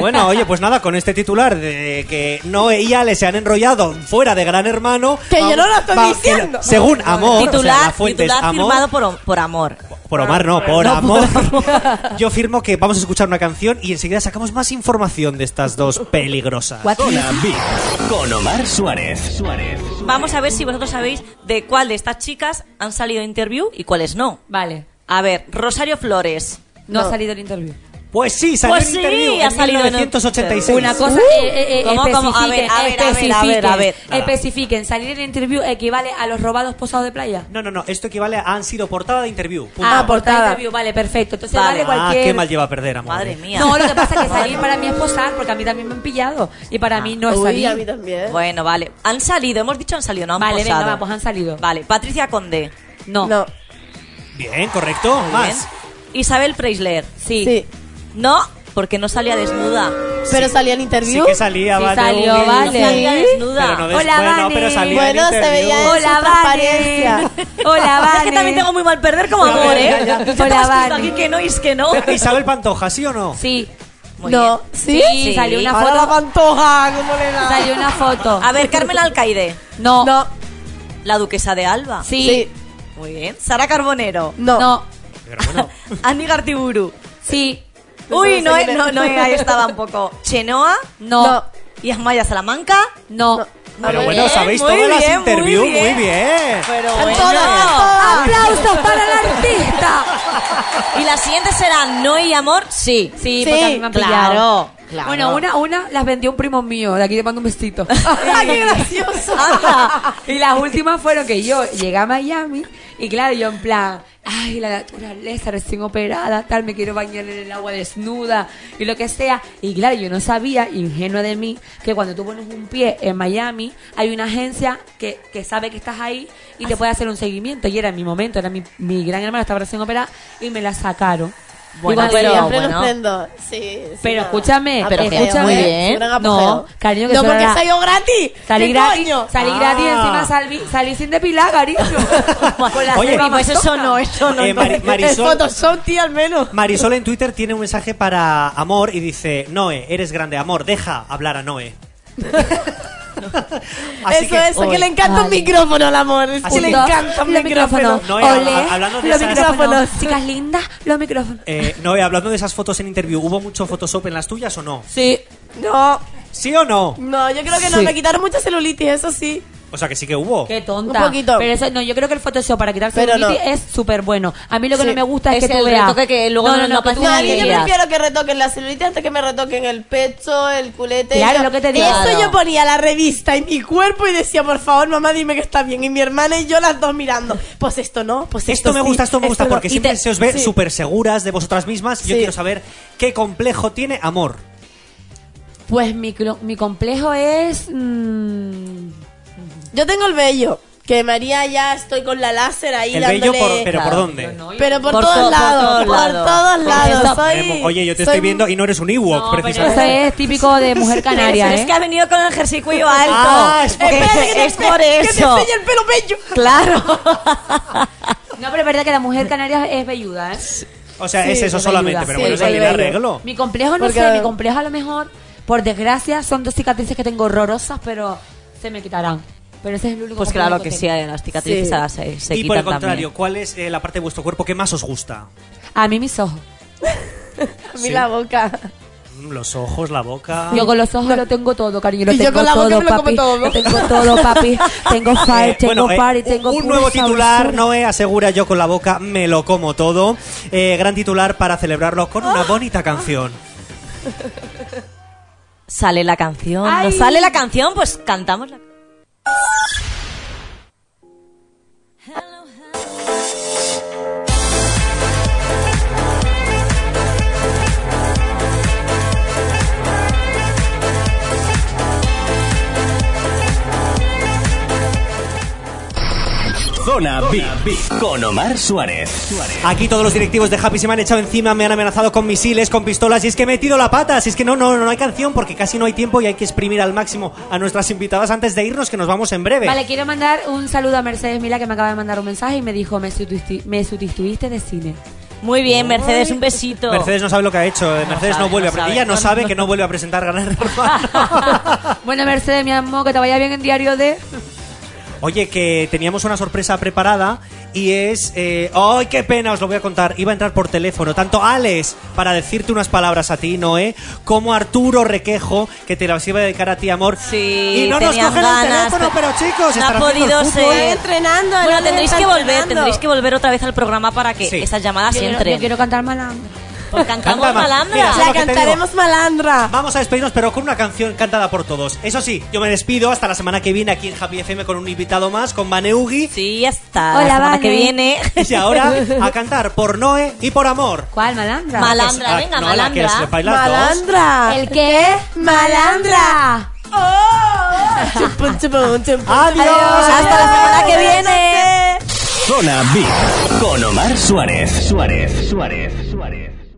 [SPEAKER 4] bueno, oye, pues nada, con este titular de que Noé y Ale se han enrollado fuera de Gran Hermano.
[SPEAKER 5] Que yo
[SPEAKER 4] vamos-
[SPEAKER 5] no lo estoy
[SPEAKER 4] va- que lo-
[SPEAKER 5] diciendo.
[SPEAKER 4] Según Amor, o sea,
[SPEAKER 3] titular
[SPEAKER 4] la fuente es
[SPEAKER 3] titular
[SPEAKER 4] Amor.
[SPEAKER 3] firmado por, por amor.
[SPEAKER 4] Por Omar no, por amor. [laughs] Yo firmo que vamos a escuchar una canción y enseguida sacamos más información de estas dos peligrosas.
[SPEAKER 1] Zona VIP con Omar Suárez. Suárez.
[SPEAKER 3] Vamos a ver si vosotros sabéis de cuál de estas chicas han salido interview y cuáles no.
[SPEAKER 6] Vale.
[SPEAKER 3] A ver, Rosario Flores.
[SPEAKER 6] No, ha salido el interview.
[SPEAKER 4] Pues sí, salió
[SPEAKER 3] Pues
[SPEAKER 4] en
[SPEAKER 3] sí,
[SPEAKER 4] interview
[SPEAKER 3] ha
[SPEAKER 4] en
[SPEAKER 3] salido en
[SPEAKER 4] 1986.
[SPEAKER 6] Una cosa, eh, eh, eh,
[SPEAKER 3] Uh, ¿Cómo, cómo? A ver,
[SPEAKER 6] especifiquen,
[SPEAKER 3] a ver, a ver, a ver, a ver.
[SPEAKER 6] especifiquen, especifiquen. Salir en interview equivale a los robados posados de playa.
[SPEAKER 4] No, no, no, esto equivale a han sido portada de interview. punto.
[SPEAKER 5] Ah, portada.
[SPEAKER 6] Interview, vale, perfecto. Entonces
[SPEAKER 3] Vale.
[SPEAKER 6] vale,
[SPEAKER 4] Ah,
[SPEAKER 6] cualquier...
[SPEAKER 4] qué mal lleva a perder, amor.
[SPEAKER 3] Madre mía.
[SPEAKER 6] [laughs] No, lo que
[SPEAKER 3] [laughs]
[SPEAKER 6] pasa es que salir para mí es posar, porque a mí también me han pillado. Y para
[SPEAKER 3] Ah.
[SPEAKER 6] mí no es
[SPEAKER 5] Uy,
[SPEAKER 6] salir.
[SPEAKER 5] a mí también.
[SPEAKER 3] Bueno, vale. Han salido, hemos dicho han salido, no han
[SPEAKER 6] Vale, venga,
[SPEAKER 3] posado.
[SPEAKER 6] va, pues han salido.
[SPEAKER 3] Vale, Patricia Conde.
[SPEAKER 6] No.
[SPEAKER 5] No.
[SPEAKER 4] Bien, correcto. Más.
[SPEAKER 3] Bien. Isabel Preisler.
[SPEAKER 6] Sí.
[SPEAKER 5] Sí.
[SPEAKER 3] No, porque no salía desnuda.
[SPEAKER 5] Pero salía en
[SPEAKER 4] Sí
[SPEAKER 5] interview.
[SPEAKER 4] que salía,
[SPEAKER 6] Sí
[SPEAKER 4] Manu.
[SPEAKER 6] salió,
[SPEAKER 4] Bien.
[SPEAKER 6] vale.
[SPEAKER 3] Salía
[SPEAKER 5] Sí.
[SPEAKER 3] desnuda.
[SPEAKER 4] Pero no des-
[SPEAKER 6] Hola,
[SPEAKER 4] bueno,
[SPEAKER 6] Vane.
[SPEAKER 4] pero salía
[SPEAKER 5] Bueno,
[SPEAKER 4] en
[SPEAKER 5] se
[SPEAKER 4] interview.
[SPEAKER 5] veía en-
[SPEAKER 6] Hola,
[SPEAKER 5] Su
[SPEAKER 6] Vane.
[SPEAKER 5] transparencia.
[SPEAKER 6] [laughs] Hola,
[SPEAKER 3] [laughs]
[SPEAKER 6] Vane.
[SPEAKER 3] Es que también tengo muy mal perder como
[SPEAKER 4] Ya,
[SPEAKER 3] amor,
[SPEAKER 4] ya,
[SPEAKER 3] ¿eh?
[SPEAKER 4] ya.
[SPEAKER 3] Yo te
[SPEAKER 6] Hola,
[SPEAKER 3] has puesto
[SPEAKER 6] Vane.
[SPEAKER 3] aquí que no y es que [laughs] no.
[SPEAKER 4] Isabel Pantoja, ¿sí o no?
[SPEAKER 6] Sí.
[SPEAKER 3] Muy
[SPEAKER 5] No.
[SPEAKER 3] bien.
[SPEAKER 5] ¿Sí?
[SPEAKER 6] Sí, salió una
[SPEAKER 5] Ahora la
[SPEAKER 6] foto.
[SPEAKER 5] pantoja, ¿cómo le da?
[SPEAKER 6] Salió una foto.
[SPEAKER 3] A ver, Carmen Alcaide.
[SPEAKER 6] No.
[SPEAKER 5] No.
[SPEAKER 3] La duquesa de Alba.
[SPEAKER 6] Sí.
[SPEAKER 5] Sí.
[SPEAKER 3] Muy bien. Sara Carbonero.
[SPEAKER 5] No. Ah,
[SPEAKER 6] No.
[SPEAKER 4] Pero bueno,
[SPEAKER 3] [laughs] Andy Gartiburu.
[SPEAKER 6] Sí.
[SPEAKER 3] Uy, no, eh,
[SPEAKER 5] sé quién es.
[SPEAKER 3] no, no, ahí estaba un poco. Chenoa
[SPEAKER 6] No.
[SPEAKER 5] No.
[SPEAKER 3] y Amaya Salamanca.
[SPEAKER 6] No.
[SPEAKER 4] pero
[SPEAKER 5] Muy
[SPEAKER 4] bueno,
[SPEAKER 5] bien,
[SPEAKER 4] sabéis
[SPEAKER 3] muy
[SPEAKER 4] todas las
[SPEAKER 3] bien, muy
[SPEAKER 4] interviews, muy
[SPEAKER 3] bien.
[SPEAKER 4] bien.
[SPEAKER 3] Pero
[SPEAKER 5] Están
[SPEAKER 3] bueno.
[SPEAKER 5] todas, están todas.
[SPEAKER 3] Ah.
[SPEAKER 6] ¡Aplausos para el artista!
[SPEAKER 3] Y la siguiente será Noé y Amor, sí.
[SPEAKER 5] Sí,
[SPEAKER 6] Sí, porque a mí me han pillado.
[SPEAKER 3] claro, claro.
[SPEAKER 6] Bueno, una, una las vendió un primo mío, de aquí te mando un [laughs] besito.
[SPEAKER 5] ¡Ah, qué gracioso!
[SPEAKER 3] Eh, Anda.
[SPEAKER 6] [laughs] y las últimas fueron que yo llegué a Miami y claro, yo en plan, ay, la naturaleza recién operada, tal, me quiero bañar en el agua desnuda y lo que sea. Y claro, yo no sabía, ingenua de mí, que cuando tú pones un pie en Miami, hay una agencia que, que sabe que estás ahí y te puede hacer un seguimiento. Y era mi momento, era mi, mi gran hermano, estaba recién operada y me la sacaron. Y
[SPEAKER 3] Bueno,
[SPEAKER 6] cuando
[SPEAKER 3] pero-
[SPEAKER 6] yo-
[SPEAKER 5] Siempre
[SPEAKER 3] bueno.
[SPEAKER 5] nos prendo. Sí, sí,
[SPEAKER 6] Pero
[SPEAKER 5] nada.
[SPEAKER 6] escúchame,
[SPEAKER 3] pero
[SPEAKER 5] Apogeo,
[SPEAKER 3] escúchame.
[SPEAKER 5] ¿eh?
[SPEAKER 3] Muy bien.
[SPEAKER 5] Un gran apogeo.
[SPEAKER 6] No, cariño, que
[SPEAKER 5] No,
[SPEAKER 6] eso
[SPEAKER 5] porque
[SPEAKER 6] era-
[SPEAKER 5] salió gratis.
[SPEAKER 6] Salí
[SPEAKER 5] pues, ¿Qué
[SPEAKER 6] gratis,
[SPEAKER 5] coño?
[SPEAKER 6] salí
[SPEAKER 4] Ah.
[SPEAKER 6] gratis, encima salí, salí sin depilar, cariño. Con la
[SPEAKER 4] Oye,
[SPEAKER 6] selva
[SPEAKER 4] y pues
[SPEAKER 3] eso
[SPEAKER 6] amazona.
[SPEAKER 3] no, eso no.
[SPEAKER 4] Eh, Mari-
[SPEAKER 5] El
[SPEAKER 4] Marisol,
[SPEAKER 5] Photoshop, tío, al menos.
[SPEAKER 4] Marisol en Twitter tiene un mensaje para Amor y dice, Noé, eres grande, Amor, deja hablar a Noé. Así
[SPEAKER 5] eso
[SPEAKER 4] que-
[SPEAKER 5] es, que le encanta un
[SPEAKER 6] vale.
[SPEAKER 5] micrófono al amor. Es
[SPEAKER 4] Así
[SPEAKER 5] que le
[SPEAKER 4] que-
[SPEAKER 5] encanta un
[SPEAKER 6] Los
[SPEAKER 5] micrófono.
[SPEAKER 6] micrófonos.
[SPEAKER 4] No, y
[SPEAKER 6] Olé,
[SPEAKER 4] hab- hablando de
[SPEAKER 6] los
[SPEAKER 4] esas-
[SPEAKER 6] micrófonos. Chicas lindas, los micrófonos.
[SPEAKER 4] Eh, Noé, hablando de esas fotos en interview, ¿hubo mucho Photoshop en las tuyas o no?
[SPEAKER 6] Sí.
[SPEAKER 5] No,
[SPEAKER 4] ¿Sí o no?
[SPEAKER 5] no, yo creo que no.
[SPEAKER 6] Sí.
[SPEAKER 5] Me quitaron mucha celulitis, eso sí.
[SPEAKER 4] O sea que sí que hubo.
[SPEAKER 6] Qué tonta.
[SPEAKER 5] Un poquito.
[SPEAKER 6] Pero eso, no, yo creo que el Photoshop para quitarse
[SPEAKER 5] Pero
[SPEAKER 6] el
[SPEAKER 5] no.
[SPEAKER 6] es súper bueno. A mí lo que
[SPEAKER 5] Sí.
[SPEAKER 6] no me gusta es,
[SPEAKER 3] Es
[SPEAKER 6] que tú
[SPEAKER 3] el
[SPEAKER 6] veas.
[SPEAKER 3] retoque que luego no- no
[SPEAKER 6] que tú
[SPEAKER 3] aparece
[SPEAKER 5] No, a
[SPEAKER 3] nadie.
[SPEAKER 5] mí yo
[SPEAKER 6] pues veas.
[SPEAKER 3] Alegrías.
[SPEAKER 5] prefiero que retoquen la celulitis antes que me retoquen el pecho, el culete.
[SPEAKER 6] Claro,
[SPEAKER 5] Yo-
[SPEAKER 6] lo que te digo.
[SPEAKER 5] Eso
[SPEAKER 3] Claro.
[SPEAKER 5] yo ponía la revista y mi cuerpo y decía, por favor, mamá, dime que está bien. Y mi hermana y yo las dos mirando. Pues esto no, pues esto
[SPEAKER 4] Esto me
[SPEAKER 5] sí,
[SPEAKER 4] gusta, esto me gusta,
[SPEAKER 5] no.
[SPEAKER 4] porque
[SPEAKER 5] Y
[SPEAKER 4] siempre
[SPEAKER 5] te-
[SPEAKER 4] se os ve
[SPEAKER 5] sí.
[SPEAKER 4] súper seguras de vosotras mismas. Yo
[SPEAKER 5] Sí.
[SPEAKER 4] quiero saber qué complejo tiene amor.
[SPEAKER 6] Pues mi, clo- mi complejo es. mm,
[SPEAKER 5] Yo tengo el vello, que María ya estoy con la láser ahí
[SPEAKER 4] El
[SPEAKER 5] dándole...
[SPEAKER 4] vello, por- pero ¿por
[SPEAKER 3] claro,
[SPEAKER 4] dónde?
[SPEAKER 5] Pero por,
[SPEAKER 3] Por
[SPEAKER 5] todos
[SPEAKER 3] to- por
[SPEAKER 5] lados,
[SPEAKER 3] todos
[SPEAKER 5] por
[SPEAKER 3] lados.
[SPEAKER 5] todos lados.
[SPEAKER 6] eso-
[SPEAKER 5] Soy,
[SPEAKER 4] Oye, yo te
[SPEAKER 5] soy-
[SPEAKER 4] estoy viendo y no eres un Ewok,
[SPEAKER 6] No, pero
[SPEAKER 4] precisamente.
[SPEAKER 6] eso es típico de mujer canaria,
[SPEAKER 3] Pero es
[SPEAKER 6] ¿eh?
[SPEAKER 3] que ha venido con el jersey cuello alto.
[SPEAKER 4] Ah, [laughs] es
[SPEAKER 3] es,
[SPEAKER 4] por-
[SPEAKER 5] Espérate que te
[SPEAKER 3] es por
[SPEAKER 5] enseñe- Que te
[SPEAKER 3] eso.
[SPEAKER 5] enseñe el pelo bello.
[SPEAKER 3] Claro.
[SPEAKER 6] No, pero es verdad que la mujer canaria es velluda, ¿eh?
[SPEAKER 4] O sea,
[SPEAKER 5] Sí,
[SPEAKER 4] es eso
[SPEAKER 6] es
[SPEAKER 4] solamente,
[SPEAKER 6] ayuda,
[SPEAKER 4] pero
[SPEAKER 5] sí,
[SPEAKER 4] bueno, eso
[SPEAKER 5] es
[SPEAKER 4] tiene
[SPEAKER 5] ayuda.
[SPEAKER 4] arreglo.
[SPEAKER 6] Mi complejo no
[SPEAKER 5] Porque-
[SPEAKER 6] sé, mi complejo a lo mejor, por desgracia, son dos cicatrices que tengo horrorosas, pero se me quitarán. Pero ese es el único
[SPEAKER 3] Pues
[SPEAKER 6] complejo
[SPEAKER 3] claro que
[SPEAKER 6] que tengo.
[SPEAKER 3] sí, eh, las cicatrices
[SPEAKER 5] Sí.
[SPEAKER 3] a las seis se
[SPEAKER 4] Y por el
[SPEAKER 3] quitan
[SPEAKER 4] contrario,
[SPEAKER 3] también.
[SPEAKER 4] ¿cuál es eh, la parte de vuestro cuerpo que más os gusta?
[SPEAKER 6] A mí mis ojos.
[SPEAKER 5] A mí la boca.
[SPEAKER 4] Mm, Los ojos, la boca.
[SPEAKER 6] Yo con los ojos lo tengo todo, cariño. Lo
[SPEAKER 5] Ah. Y yo
[SPEAKER 6] tengo
[SPEAKER 5] con la boca
[SPEAKER 6] todo,
[SPEAKER 5] me lo como
[SPEAKER 6] papi.
[SPEAKER 5] todo.
[SPEAKER 6] Lo tengo todo,
[SPEAKER 5] [laughs]
[SPEAKER 6] papi. Tengo fire,
[SPEAKER 4] Eh,
[SPEAKER 6] tengo
[SPEAKER 4] bueno, eh,
[SPEAKER 6] party,
[SPEAKER 4] un-
[SPEAKER 6] tengo
[SPEAKER 4] un
[SPEAKER 6] pura
[SPEAKER 4] nuevo titular,
[SPEAKER 6] sabrosura.
[SPEAKER 4] Noé asegura yo con la boca, me lo como todo. Eh, gran titular para celebrarlo con una bonita canción.
[SPEAKER 3] Sale la canción. ¿No
[SPEAKER 6] Ay.
[SPEAKER 3] sale la canción? Pues cantamos la
[SPEAKER 1] Zona VIP con Omar Suárez.
[SPEAKER 4] Aquí todos los directivos de Happy se me han echado encima, me han amenazado con misiles, con pistolas, y es que he metido la pata, si es que no, no, no hay canción porque casi no hay tiempo y hay que exprimir al máximo a nuestras invitadas antes de irnos, que nos vamos en breve.
[SPEAKER 6] Vale, quiero mandar un saludo a Mercedes Mila que me acaba de mandar un mensaje y me dijo, me, sustitu- me sustituiste
[SPEAKER 5] [laughs]
[SPEAKER 6] de cine.
[SPEAKER 3] Muy bien, Mercedes, un besito.
[SPEAKER 4] Mercedes no sabe lo que ha hecho, eh, Mercedes no,
[SPEAKER 3] sabe,
[SPEAKER 4] vuelve
[SPEAKER 3] no
[SPEAKER 4] a pre-
[SPEAKER 3] sabe.
[SPEAKER 4] ella no sabe que no vuelve a presentar ganar de Hermano.
[SPEAKER 6] bueno, Mercedes, mi amor, que te vaya bien en diario de...
[SPEAKER 4] Oye, que teníamos una sorpresa preparada y es... eh, ¡Ay, qué pena! Os lo voy a contar. Iba a entrar por teléfono tanto Alex para decirte unas palabras a ti, Noé, como Arturo Requejo, que te las iba a dedicar a ti, amor.
[SPEAKER 3] [laughs] Sí,
[SPEAKER 4] y no nos
[SPEAKER 3] tenían
[SPEAKER 4] cogen el
[SPEAKER 3] ganas,
[SPEAKER 4] teléfono, pero chicos,
[SPEAKER 3] no
[SPEAKER 4] estarán
[SPEAKER 3] ha
[SPEAKER 4] viendo el
[SPEAKER 3] podido
[SPEAKER 4] fútbol.
[SPEAKER 3] ser.
[SPEAKER 5] entrenando,
[SPEAKER 3] Bueno,
[SPEAKER 5] Elena
[SPEAKER 3] tendréis
[SPEAKER 5] está
[SPEAKER 3] que volver,
[SPEAKER 5] entrenando.
[SPEAKER 3] tendréis que volver otra vez al programa para que
[SPEAKER 4] Sí.
[SPEAKER 3] esas llamadas
[SPEAKER 6] Yo quiero,
[SPEAKER 3] entren.
[SPEAKER 6] yo quiero cantar malandra.
[SPEAKER 3] Porque cantamos
[SPEAKER 4] Canta más. Mira,
[SPEAKER 3] malandra.
[SPEAKER 5] La
[SPEAKER 4] solo que te digo.
[SPEAKER 5] cantaremos malandra.
[SPEAKER 4] Vamos a despedirnos, pero con una canción cantada por todos. Eso sí, yo me despido hasta la semana que viene aquí en Happy FM con un invitado más, con Maneugi.
[SPEAKER 3] Sí, hasta
[SPEAKER 6] Hola,
[SPEAKER 3] la semana
[SPEAKER 6] Vane.
[SPEAKER 3] que viene.
[SPEAKER 4] [laughs] Y ahora a cantar por Noé y por amor.
[SPEAKER 6] ¿Cuál malandra?
[SPEAKER 3] Malandra.
[SPEAKER 4] Ah,
[SPEAKER 3] venga,
[SPEAKER 4] no, la
[SPEAKER 3] malandra.
[SPEAKER 4] que se bailan todos.
[SPEAKER 5] Malandra.
[SPEAKER 6] ¿El qué?
[SPEAKER 5] Malandra. Chupun, chupun, [laughs] chupun.
[SPEAKER 4] Adiós.
[SPEAKER 5] Oh, Hasta la semana que viene.
[SPEAKER 1] Zona VIP con Omar Suárez. Suárez, Suárez, Suárez.